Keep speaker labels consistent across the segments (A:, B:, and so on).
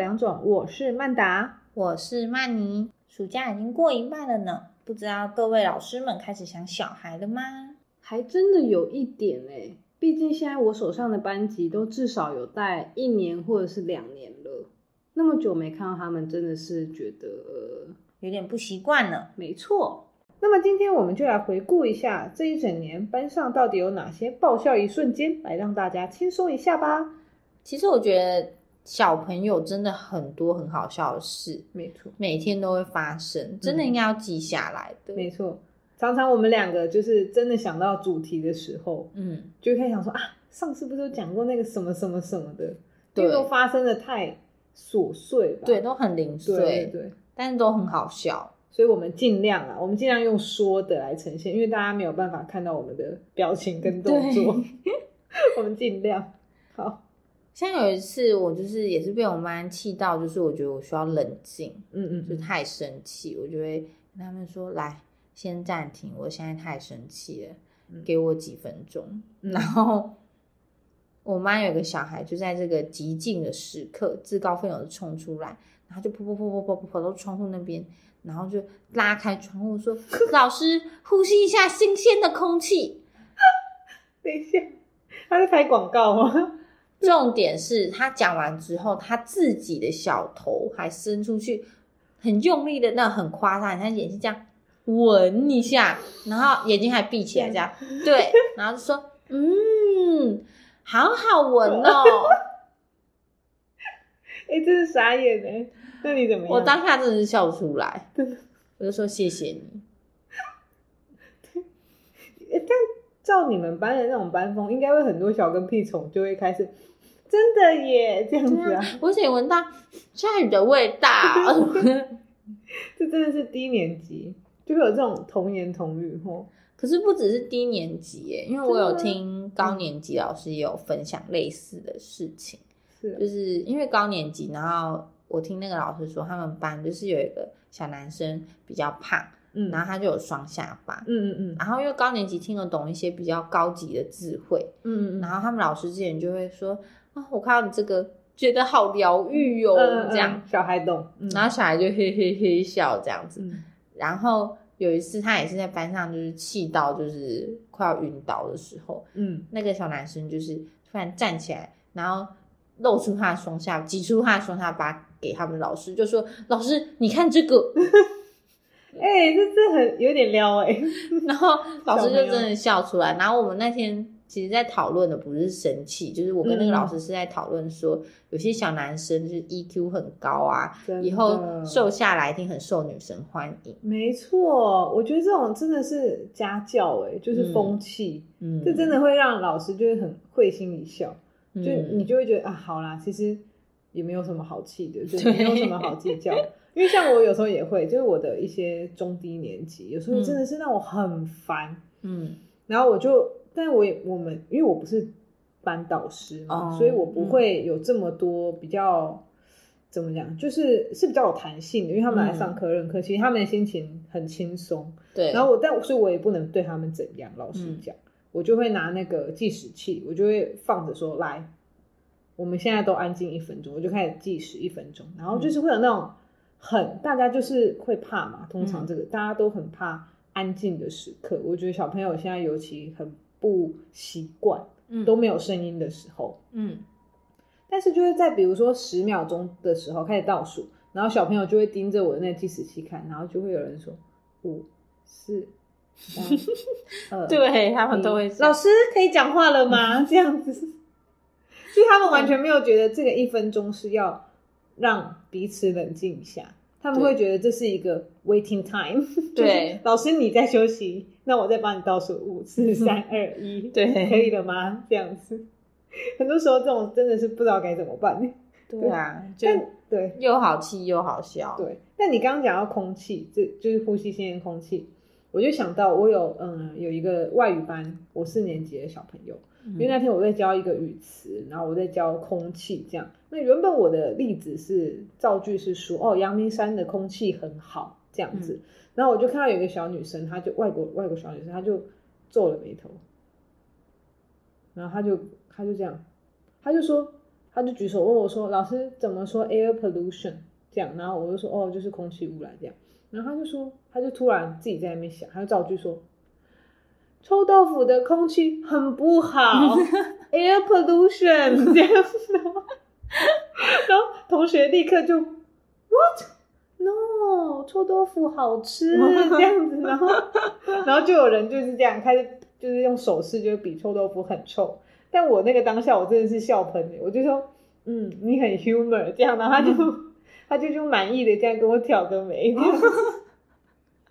A: 讲种，我是曼达。
B: 我是曼妮。暑假已经过一半了呢，不知道各位老师们开始想小孩了吗？
A: 还真的有一点哎、毕竟现在我手上的班级都至少有带一年或者是两年了，那么久没看到他们，真的是觉得呃，
B: 有点不习惯了。
A: 没错。那么今天我们就来回顾一下这一整年班上到底有哪些爆笑一瞬间，来让大家轻松一下吧。
B: 其实我觉得小朋友真的很多很好笑的事，
A: 没错，
B: 每天都会发生，真的应该要记下来的。
A: 嗯没错。常常我们两个就是真的想到主题的时候，
B: 嗯，
A: 就开始想说啊，上次不是有讲过那个什么什么什么的，
B: 对
A: 因为都发生的太琐碎吧？
B: 对，都很零
A: 对对
B: 碎，
A: 对，
B: 但是都很好笑。
A: 所以我们尽量啊，我们尽量用说的来呈现，因为大家没有办法看到我们的表情跟动作， 我们尽量好，
B: 像有一次，我就是也是被我妈气到，就是我觉得我需要冷静，
A: 嗯嗯
B: 就
A: 嗯，
B: 太生气，我就会跟他们说：“来，先暂停，我现在太生气了，
A: 嗯
B: 给我几分钟。
A: 嗯
B: 然后我妈有个小孩，就在这个极静的时刻，自告奋勇的冲出来，然后就噗噗噗噗噗噗跑到窗户那边，然后就拉开窗户说：“ 老师，呼吸一下新鲜的空气。”
A: 等一下，他在拍广告哦 吗？
B: 重点是他讲完之后，他自己的小头还伸出去，很用力的，那很夸张，他眼睛这样闻一下，然后眼睛还闭起来，这样对，然后就说嗯，好好闻哦。
A: 哎、真是傻眼哎、那你怎么样？
B: 我当下真的是笑出来，我就说谢谢你。
A: 欸但照你们班的那种班风，应该会很多小跟屁虫就会开始，真的耶，这样子啊，
B: 我只闻到下雨的味道，
A: 这真的是低年级就会有这种童言童语吼。
B: 可是不只是低年级耶，因为我有
A: 真的吗
B: 听高年级老师也有分享类似的事情。
A: 是啊、
B: 就是因为高年级，然后我听那个老师说，他们班就是有一个小男生比较胖，
A: 嗯，
B: 然后他就有双下巴。
A: 嗯嗯嗯
B: 然后因为高年级听得懂一些比较高级的智慧，
A: 嗯嗯
B: 然后他们老师之前就会说啊，我看到你这个觉得好疗愈哦，
A: 嗯
B: 这样，
A: 嗯小孩懂，嗯
B: 然后小孩就嘿嘿嘿笑这样子。
A: 嗯
B: 然后有一次他也是在班上就是气到就是快要晕倒的时候，
A: 嗯，
B: 那个小男生就是突然站起来，然后露出他的双下，挤出他的双下巴给他们老师，就说：“老师，你看这个。
A: 哎、这这很有点撩哎、”
B: 然后老师就真的笑出来。然后我们那天其实，在讨论的不是生气，就是我跟那个老
A: 嗯
B: 师是在讨论说，有些小男生就是 EQ 很高啊，
A: 真的
B: 以后瘦下来一定很受女生欢迎。
A: 没错，我觉得这种真的是家教哎、就是风气，
B: 嗯，
A: 这真的会让老师就是很会心一笑。
B: 嗯，
A: 就你就会觉得啊，好啦，其实也没有什么好气的，就是没有什么好计较。因为像我有时候也会，就是我的一些中低年级，有时候
B: 嗯
A: 真的是让我很烦，
B: 嗯
A: 然后我就，但我也我们因为我不是班导师嘛，
B: 哦
A: 所以我不会有这么多比较。怎么讲？就是是比较有弹性的，因为他们来
B: 嗯
A: 上课任课，其实他们的心情很轻松。
B: 对，
A: 然后我，但所以我也不能对他们怎样，老实
B: 嗯
A: 讲，我就会拿那个计时器，我就会放着说，来，我们现在都安静一分钟，我就开始计时一分钟，然
B: 嗯
A: 后就是会有那种很大家就是会怕嘛，通常
B: 嗯
A: 这个、大家都很怕安静的时刻，我觉得小朋友现在尤其很不习惯，
B: 嗯
A: 都没有声音的时候，
B: 嗯
A: 但是就是在比如说十秒钟的时候开始倒数，然后小朋友就会盯着我的那个计时器看，然后就会有人说五四三二，
B: 对他们
A: 一
B: 都会这样
A: 老师可以讲话了吗？这样子，就是他们完全没有觉得这个一分钟是要让彼此冷静一下。他们
B: 对
A: 会觉得这是一个 waiting time，
B: 对
A: 就是老师你在休息，那我再帮你倒数五四三二一，
B: 对
A: 可以了吗？这样子，很多时候这种真的是不知道该怎么办。
B: 对啊，就
A: 但对
B: 又好气又好笑。
A: 对，但你刚刚讲到空气，这就是呼吸新鲜空气，我就想到我有嗯有一个外语班，我四年级的小朋友，
B: 嗯，
A: 因为那天我在教一个语词，然后我在教空气这样。那原本我的例子是造句是说哦，阳明山的空气很好这样子，然后我就看到有一个小女生，她就外国外国小女生，她就皱了眉头，然后她就她就这样，她就说他就举手问我说：“老师怎么说 air pollution？” 这样，然后我就说：“哦，就是空气污染这样。”然后他就说，他就突然自己在那边想，他就造句说：“臭豆腐的空气很不好，air pollution 这样。”然后，然后同学立刻就 what？no，臭豆腐好吃这样子，然后然后就有人就是这样开始就是用手势就比臭豆腐很臭，但我那个当下我真的是笑喷了，我就说嗯你很 humor 这样，然后他就、他就就满意的这样跟我挑个眉，这样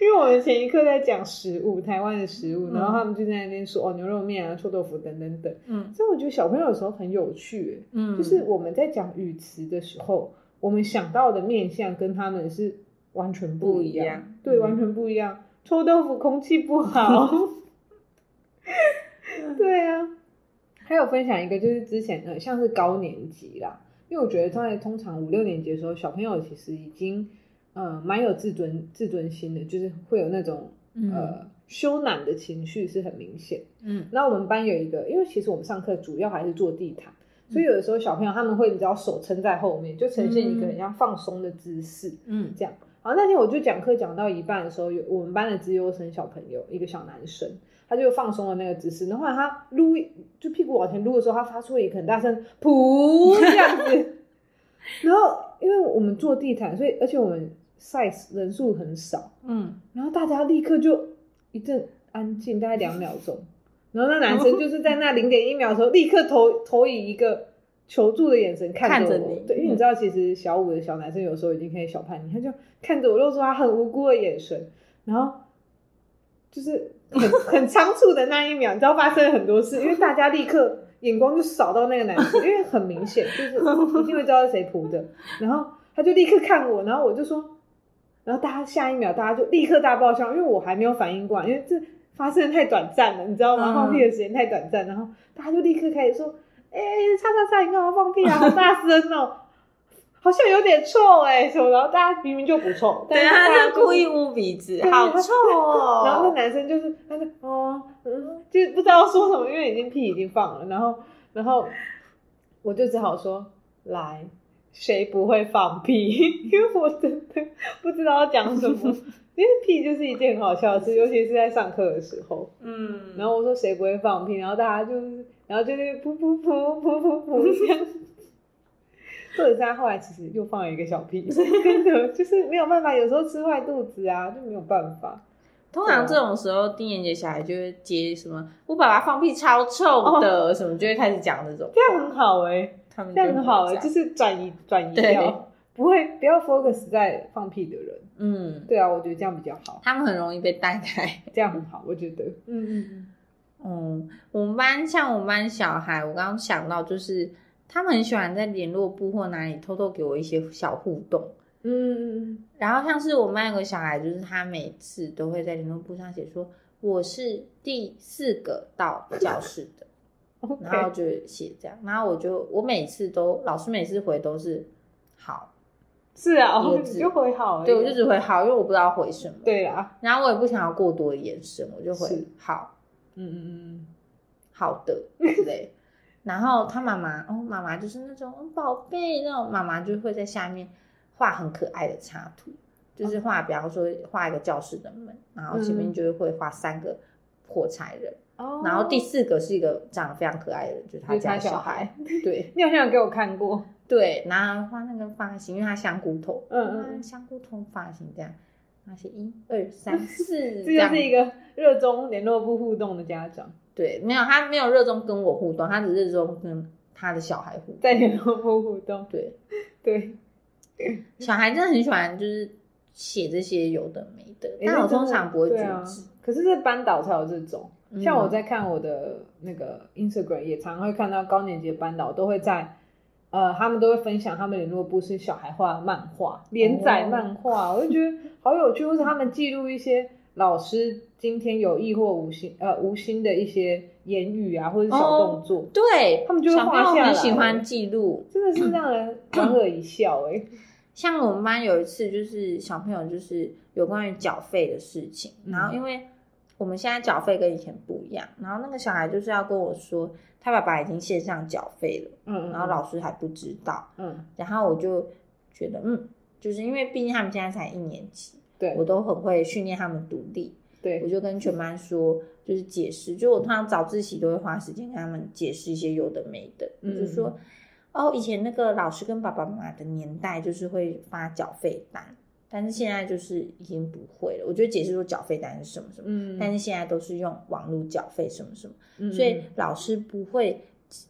A: 因为我们前一刻在讲食物，台湾的食物，然后他们就在那边说、哦牛肉面啊、臭豆腐等等等，
B: 嗯
A: 所以我觉得小朋友有时候很有趣、欸，
B: 嗯，
A: 就是我们在讲语词的时候，我们想到的面向跟他们是完全不一样，
B: 不一样
A: 对，
B: 嗯
A: 完全不一样。臭豆腐空气不 好，对啊。还有分享一个，就是之前呃，像是高年级啦，因为我觉得在通常五六年级的时候，小朋友其实已经呃蛮有自尊自尊心的，就是会有那种
B: 嗯
A: 呃羞赧的情绪是很明显的。
B: 嗯
A: 那我们班有一个，因为其实我们上课主要还是做地毯，所以有的时候小朋友他们会，你知道手撑在后面，就呈现一个
B: 嗯
A: 很像放松的姿势，
B: 嗯
A: 这样。然后那天我就讲课讲到一半的时候，有我们班的资优生小朋友，一个小男生，他就放松了那个姿势，然后后来他撸就屁股往前撸的时候，他发出一个很大声“噗”这样子。然后因为我们做地毯，所以而且我们 size 人数很少，
B: 嗯，
A: 然后大家立刻就一阵安静，大概两秒钟。然后那男生就是在那零点一秒的时候，立刻投投以一个求助的眼神看
B: 看
A: 着
B: 着
A: 我
B: 你。
A: 对，因为你知嗯道，其实小五的小男生有时候已经可以小叛逆，他就看着我，露出他很无辜的眼神，然后就是很很仓促的那一秒，你知道发生了很多事，因为大家立刻眼光就扫到那个男生，因为很明显就是一定会知道是谁扑的，然后他就立刻看我，然后我就说，然后大家下一秒大家就立刻大爆笑，因为我还没有反应过来，因为这发生的太短暂了，你知道吗？
B: 嗯
A: 放屁的时间太短暂，然后大家就立刻开始说，哎、叉叉叉，你干嘛放屁啊？好大声哦！好像有点臭哎、什么？然后大家明明就不臭，但是
B: 对啊，
A: 大家
B: 他
A: 就
B: 就故意捂鼻子，
A: 对啊
B: 好臭哦。
A: 然后那男生就是，他就哦，嗯，就是不知道说什么，因为已经屁已经放了，然后，然后我就只好说，来，谁不会放屁？ 因为我真的不知道要讲什 么，因为屁就是一件很好笑的事，尤其是在上课的时候。
B: 嗯，
A: 然后我说谁不会放屁，然后大家就是，然后就那个噗噗噗噗噗噗这样。或者是他后来其实又放了一个小屁，真的就是没有办法，有时候吃坏肚子啊，就没有办法。
B: 通常这种时候，低年级的小孩就会接什么“我爸爸放屁超
A: 哦
B: 臭的”什么，就会开始讲这种。
A: 这样很好哎、
B: 他们
A: 这样很好哎、
B: 哎，
A: 就是转移转移
B: 对
A: 掉，不会不要 focus 在放屁的人。
B: 嗯，
A: 对啊，我觉得这样比较好，
B: 他们很容易被带开。
A: 这样很好，我觉得。嗯嗯嗯，
B: 嗯，我们班像我们班小孩，我刚刚想到就是他们很喜欢在联络部或哪里偷偷给我一些小互动。
A: 嗯嗯
B: 然后像是我们班有个小孩，就是他每次都会在联络簿上写说我是第四个到教室的，
A: 嗯
B: 然后
A: ，OK，
B: 就写这样。然后我就我每次都老师每次回都是好，
A: 是啊，哦
B: 也，
A: 你
B: 只
A: 就回好而已啊，
B: 对我就只回好，因为我不知道回什么。，
A: 对啊啦，
B: 然后我也不想要过多的延伸，我就回
A: 是
B: 好
A: 嗯嗯
B: 好的 之类。然后他妈妈，哦，妈妈就是那种哦宝贝那种，妈妈就会在下面画很可爱的插图，就是画，比方说画一个教室的门，然后前面
A: 哦嗯
B: 就会画三个火柴人，
A: 嗯，哦，
B: 然后第四个是一个长得非常可爱的人，就是他
A: 就是
B: 家
A: 他
B: 的小
A: 小
B: 孩
A: 孩，，
B: 对，
A: 你好像有给我看过，
B: 对，然后画那个发型，因为他香菇头，
A: 嗯嗯嗯
B: 他香菇头发型这样，然后写一二三四，
A: 这
B: 这
A: 就
B: 样
A: 是一个热衷联络部互动的家长，
B: 对，没有他没有热衷跟我互动，他只热衷跟他的小孩互动。
A: 在联络部互动，
B: 对，
A: 对，
B: 小孩真的很喜欢就是写这些有的没的，
A: 诶
B: 但我
A: 那真
B: 通
A: 的
B: 常不会阻
A: 对啊
B: 止。
A: 可是这班导才有这种。
B: 嗯
A: 像我在看我的那个 Instagram，也常会看到高年级的班导都会在，呃，他们都会分享他们联络部是小孩画的漫画、连
B: 哦
A: 载漫画，我就觉得好有趣，或是他们记录一些老师今天有意或无心呃无心的一些言语啊，或者是小
B: 哦
A: 动作，
B: 对，
A: 他们就会
B: 小朋
A: 画
B: 友
A: 下来
B: 很喜欢记录。
A: 真的是让 人莞尔一笑哎、
B: 像我们班有一次，就是小朋友就是有关于缴费的事情，
A: 嗯
B: 然后因为我们现在缴费跟以前不一样。然后那个小孩就是要跟我说，他爸爸已经线上缴费了，
A: 嗯，
B: 然后老师还不知道。
A: 嗯
B: 然后我就觉得，嗯，就是因为毕竟他们现在才一年级，
A: 对
B: 我都很会训练他们独立。我
A: 对
B: 就跟全班说，就是解释，就我通常早自习都会花时间跟他们解释一些有的没的，我就
A: 嗯
B: 说，哦，以前那个老师跟爸爸妈妈的年代就是会发缴费单，但是现在就是已经不会了。我就解释说缴费单是什么什么，
A: 嗯，
B: 但是现在都是用网络缴费什么什么，
A: 嗯
B: 所以老师不会。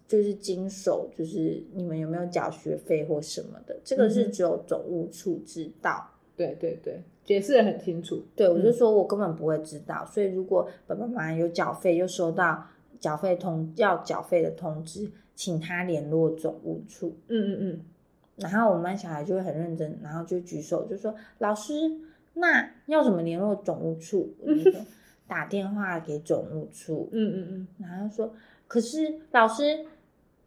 B: 就是经手，就是你们有没有缴学费或什么的，这个
A: 嗯
B: 是
A: 哼
B: 只有总务处知道。
A: 对对对，解释的很清楚，
B: 对，我
A: 嗯
B: 就说我根本不会知道，所以如果爸爸妈妈有缴费又收到缴费通要缴费的通知，请他联络总务处。
A: 嗯嗯嗯，
B: 然后我们班小孩就会很认真，然后就举手就说：“老师，那要怎么联络总务处？”我就说打电话给总务处。
A: 嗯嗯
B: 然后说：“可是老师，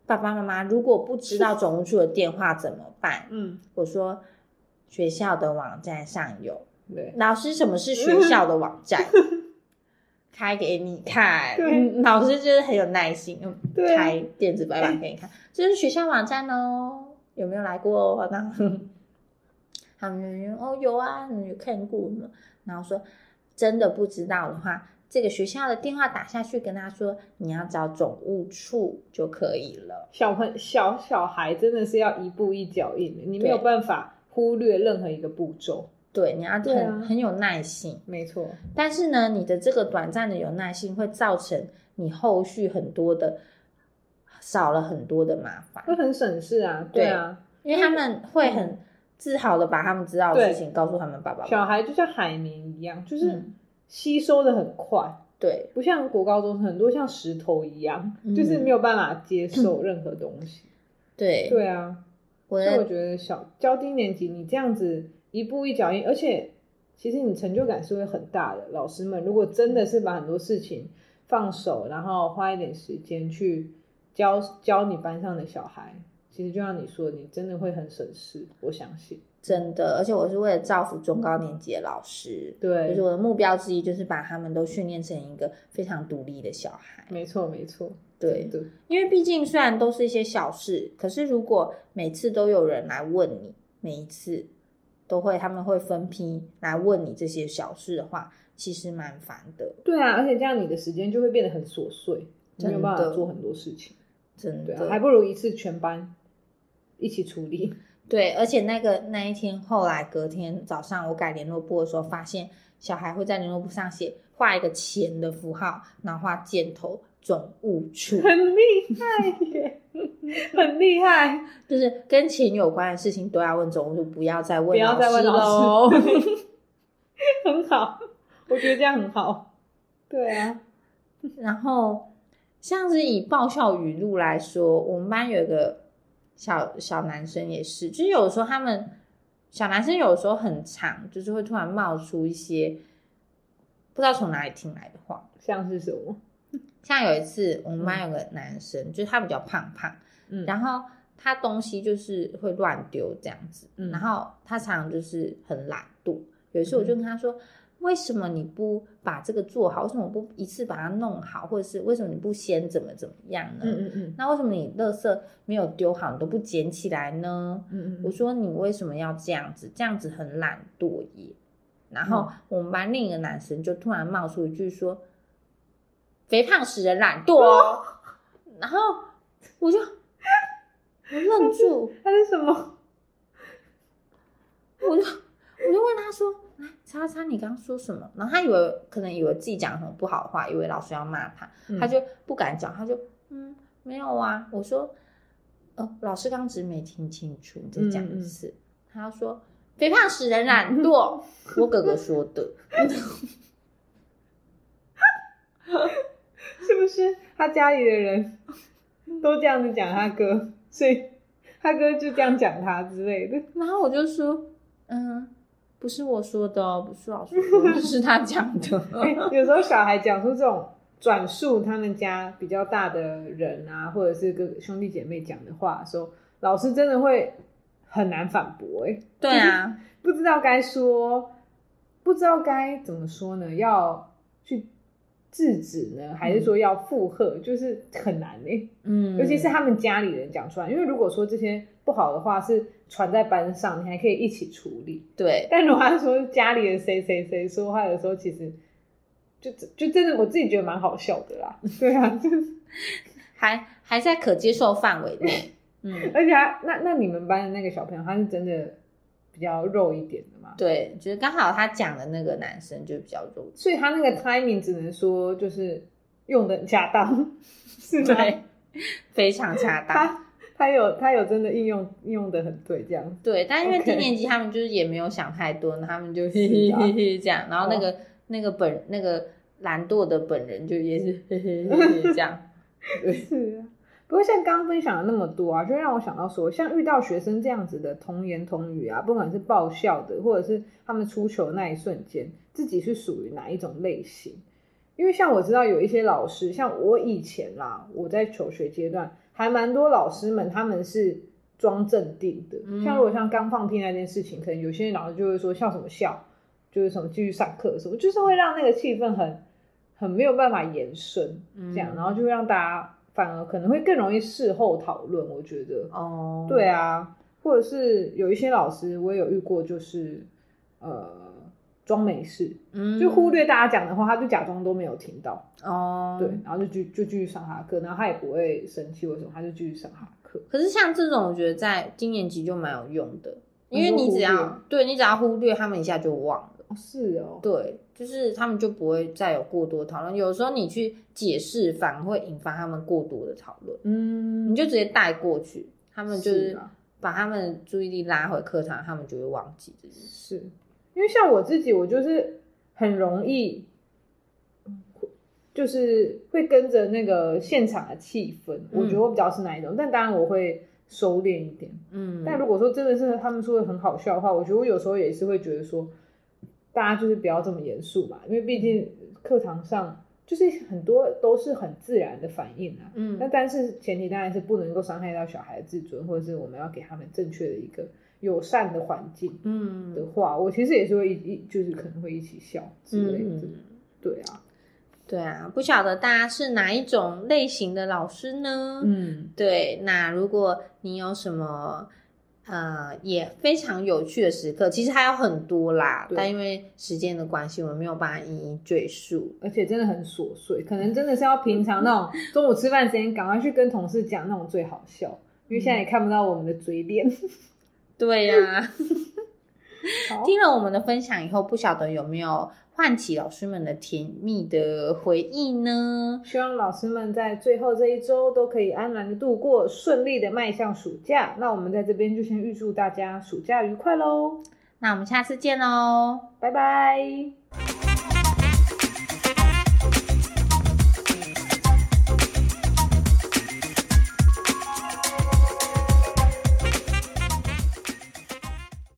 B: 爸爸妈妈如果不知道总务处的电话怎么办
A: 嗯嗯，？”
B: 我说：“学校的网站上有。”
A: 对，
B: 老师，什么是学校的网站？ 开给你看。
A: 对
B: 嗯老师就是很有耐心，嗯
A: 对啊
B: 开电子白板给你看，这是学校网站哦，有没有来过哦？然后 他们就说哦有啊，你有看过吗？然后说真的不知道的话，这个学校的电话打下去，跟他说你要找总务处就可以了。
A: 小朋小小孩真的是要一步一脚印的，你没有
B: 对
A: 办法忽略任何一个步骤，
B: 对，你要很、
A: 对啊
B: 很有耐心。
A: 没错，
B: 但是呢，你的这个短暂的有耐心会造成你后续很多的少了很多的麻烦，
A: 会很省事啊，对啊，
B: 因为他们会
A: 嗯
B: 很自豪的把他们知道的事情告诉他们爸爸妈妈。
A: 小孩就像海绵一样，就是
B: 嗯
A: 吸收的很快，
B: 对，
A: 不像国高中很多像石头一样，就是
B: 嗯
A: 没有办法接受任何东西。
B: 对，
A: 对啊，
B: 我
A: 所以我
B: 的
A: 觉得小教低年级你这样子一步一脚印，而且其实你成就感是会很大的。老师们如果真的是把很多事情放手，然后花一点时间去教教你班上的小孩，其实就像你说，你真的会很省事，我相信。
B: 真的，而且我是为了造福中高年级的老师，
A: 对
B: 就是我的目标之一，就是把他们都训练成一个非常独立的小孩。
A: 没错，没错，
B: 对，
A: 对，
B: 因为毕竟虽然都是一些小事，可是如果每次都有人来问你，每一次都会他们会分批来问你这些小事的话，其实蛮烦的，
A: 对啊，而且这样你的时间就会变得很琐碎，你没有
B: 真
A: 办法
B: 的
A: 做很多事情。
B: 真
A: 对
B: 的。
A: 啊，还不如一次全班一起处理。，
B: 对，而且那个那一天后来隔天早上我改联络簿的时候，发现小孩会在联络簿上写画一个钱的符号，然后画箭头总务处
A: 很厉害耶，很厉 害！
B: 就是跟钱有关的事情都要问总务处，不要再
A: 不
B: 问
A: 要再问
B: 老
A: 老
B: 师
A: 师
B: 喽。，
A: 很好，我觉得这样很好。对啊，
B: 然后像是以爆笑语录来说，我们班有一个小小男生也是，就是有时候他们小男生有时候很长，就是会突然冒出一些不知道从哪里听来的话。
A: 像是什么？
B: 像有一次，我们班有个男生，就是他比较胖胖，
A: 嗯，
B: 然后他东西就是会乱丢这样子，
A: 嗯
B: 然后他常常就是很懒惰。有一次我就跟他说：“为什么你不把这个做好？为什么不一次把它弄好？或者是为什么你不先怎么怎么样呢？
A: 嗯嗯嗯
B: 那为什么你垃圾没有丢好，你都不捡起来呢？”
A: 嗯嗯
B: 我
A: 嗯，
B: 说你为什么要这样子？这样子很懒惰耶。然后
A: 嗯
B: 我们班另一个男生就突然冒出一句说：“肥胖使人懒惰 哦。”然后我就我愣住，
A: 还是什么？
B: 我就我就问他说：“来，叉叉，你刚刚说什么？”然后他以为可能以为自己讲什么不好的话，以为老师要骂他，
A: 嗯
B: 他就不敢讲，他就嗯没有啊。我说，呃，老师刚只没听清楚，你再讲
A: 嗯
B: 一次。他说肥胖使人懒 惰，我哥哥说的。
A: 是不是他家里的人 都这样子讲他哥，所以他哥就这样讲他之类的？
B: 然后我就说，嗯，不是我说的哦，不是老师说 的，是他讲
A: 哎
B: 的。哦
A: 有时候小孩讲出这种转述他们家比较大的人啊，或者是跟兄弟姐妹讲的话的时候，老师真的会很难反驳、哎，
B: 对啊，
A: 不知道该说，不知道该怎么说呢？要去制止呢，还是说要附和，就是很难哎、
B: 嗯，
A: 尤其是他们家里人讲出来，因为如果说这些不好的话是传在班上，你还可以一起处理。
B: 对，
A: 但如果他说家里的谁谁谁说话的时候，其实就就真的我自己觉得蛮好笑的啦。对啊，就是
B: 还还在可接受范围内。嗯，
A: 而且他那那你们班的那个小朋友，他是真的比较肉一点的嘛，
B: 对，就是刚好他讲的那个男生就比较弱智。
A: 所以他那个 timing 只能说就是用的很恰当，是吗？
B: 对，非常恰当。
A: 他他有他有真的应用应用的很对，这样
B: 对，但因为
A: OK 啊
B: 低年级他们就是也没有想太多，他们就嘿嘿嘿嘿 这样，然后那
A: 哦
B: 个、那个本那个懒惰的本人就也是 嘿嘿嘿嘿这样，
A: 是啊。不过像刚刚分享了那么多啊，就让我想到说，像遇到学生这样子的童言童语啊，不管是爆笑的，或者是他们出糗那一瞬间，自己是属于哪一种类型？因为像我知道有一些老师，像我以前啦，我在求学阶段，还蛮多老师们他们是装镇定的。
B: 嗯
A: 像如果像刚放屁那件事情，可能有些老师就会说笑什么笑，就是什么继续上课什么，就是会让那个气氛很很没有办法延伸，
B: 嗯
A: 这样，然后就会让大家反而可能会更容易事后讨论。我觉得，
B: 哦，
A: 对，啊，或者是有一些老师我也有遇过，就是呃装没事，
B: 嗯，
A: 就忽略大家讲的话，他就假装都没有听到，
B: 哦，
A: 对，。然后就继就继续上他的课，然后他也不会生气或什么，他就继续上他的课。
B: 可是像这种，我觉得在低年级就蛮有用的，因为
A: 你说
B: 你只
A: 忽略
B: 要对你只要忽略他们一下就忘了。
A: 哦，是哦，
B: 对，就是他们就不会再有过多讨论。有时候你去解释，反而会引发他们过多的讨论，
A: 嗯，
B: 你就直接带过去，他
A: 他
B: 们就是
A: 啊、
B: 把他们的注意力拉回课堂，他们就会忘记这件事。
A: 是，因为像我自己，我就是很容易，就是会跟着那个现场的气氛，我觉得我比较是哪一种，但当然我会收敛一点。
B: 嗯，
A: 但如果说真的是他们说的很好笑的话，我觉得我有时候也是会觉得说，大家就是不要这么严肃嘛，因为毕竟课堂上就是很多都是很自然的反应啊。
B: 嗯
A: 那但是前提当然是不能够伤害到小孩的自尊，或者是我们要给他们正确的一个友善的环境的
B: 嗯
A: 话，我其实也是会一一就是可能会一起笑之类的。
B: 嗯，
A: 对啊，
B: 对啊，不晓得大家是哪一种类型的老师呢？
A: 嗯，
B: 对，那如果你有什么呃也非常有趣的时刻，其实还有很多啦，
A: 对
B: 但因为时间的关系，我们没有办法一一赘述。
A: 而且真的很琐碎，可能真的是要平常那种 中午吃饭时间赶快去跟同事讲那种最好笑，因为现在也看不到我们的嘴脸。
B: 对呀、
A: 好
B: 听了我们的分享以后，不晓得有没有唤起老师们的甜蜜的回忆呢？
A: 希望老师们在最后这一周都可以安然的度过，顺利的迈向暑假。那我们在这边就先预祝大家暑假愉快喽，
B: 那我们下次见喽。
A: 拜拜。